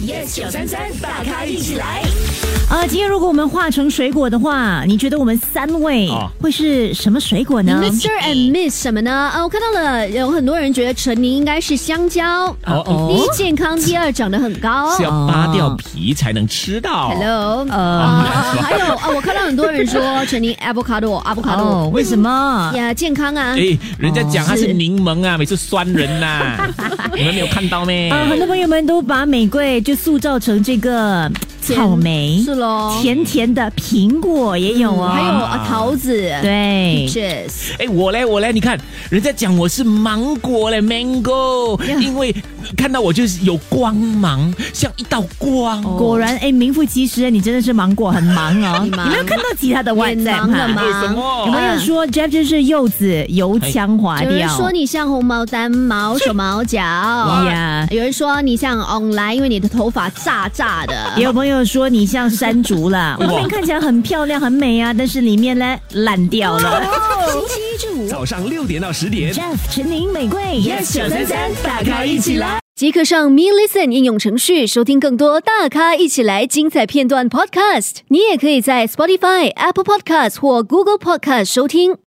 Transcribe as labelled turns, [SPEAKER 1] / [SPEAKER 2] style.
[SPEAKER 1] yes 九三三，大咖一起来。
[SPEAKER 2] 呃，今天如果我们化成水果的话，你觉得我们三位
[SPEAKER 3] 啊
[SPEAKER 2] 会是什么水果呢？
[SPEAKER 4] Mr. and Miss 什么呢？啊，我看到了，有很多人觉得陈宁应该是香蕉，
[SPEAKER 3] 哦哦
[SPEAKER 4] 第一健康，第二长得很高。
[SPEAKER 3] 是要扒掉皮才能吃到。
[SPEAKER 4] 哦 Hello，呃，
[SPEAKER 2] 嗯
[SPEAKER 3] 是吧
[SPEAKER 4] 还有啊，我看到很多人说陈宁 avocado，avocado，
[SPEAKER 2] 哦，为什么？
[SPEAKER 4] 呀，健康啊，
[SPEAKER 3] 哎，人家讲它
[SPEAKER 4] 是
[SPEAKER 3] 是柠檬啊，每次酸人呐、你们没有看 到咩？
[SPEAKER 2] 啊，很多朋友们都把玫瑰就塑造成这个
[SPEAKER 4] 甜
[SPEAKER 2] 草莓，
[SPEAKER 4] 是喽，
[SPEAKER 2] 甜甜的苹果也有哦，
[SPEAKER 4] 还有啊桃子，
[SPEAKER 2] 对，
[SPEAKER 4] ，peaches，
[SPEAKER 3] 哎，我嘞，我嘞，你看，人家讲我是芒果嘞，mango，
[SPEAKER 4] 呀
[SPEAKER 3] 因为看到我就是有光芒，像一道光。
[SPEAKER 2] 果然哎，名副其实，你真的是芒果很忙哦。
[SPEAKER 4] 哦 你忙
[SPEAKER 2] 没有看到其他的外
[SPEAKER 4] 眼
[SPEAKER 2] 在
[SPEAKER 4] 盲了
[SPEAKER 2] 吗？
[SPEAKER 4] 吗？
[SPEAKER 3] 为什么
[SPEAKER 2] 有
[SPEAKER 3] 我
[SPEAKER 2] 朋友说 Jeff 就是柚子油腔滑
[SPEAKER 4] 有人
[SPEAKER 2] 调，
[SPEAKER 4] 说你像红毛丹、毛手毛脚，
[SPEAKER 2] 呀
[SPEAKER 4] 有人说你像 online，因为你的头发炸炸的。
[SPEAKER 2] 也有朋友说你像山竹 啦，外面看起来很漂亮很美啊，但是里面呢烂掉 了。
[SPEAKER 4] 星期一至五
[SPEAKER 5] 早上六点到十点
[SPEAKER 2] Jeff、陈宁、玫瑰，Yes 九三三，大咖一起来。
[SPEAKER 4] 即刻上 Me Listen 应用程序收听更多大咖一起来精彩片段 Podcast。你也可以在 Spotify、Apple Podcast 或 Google Podcast 收听。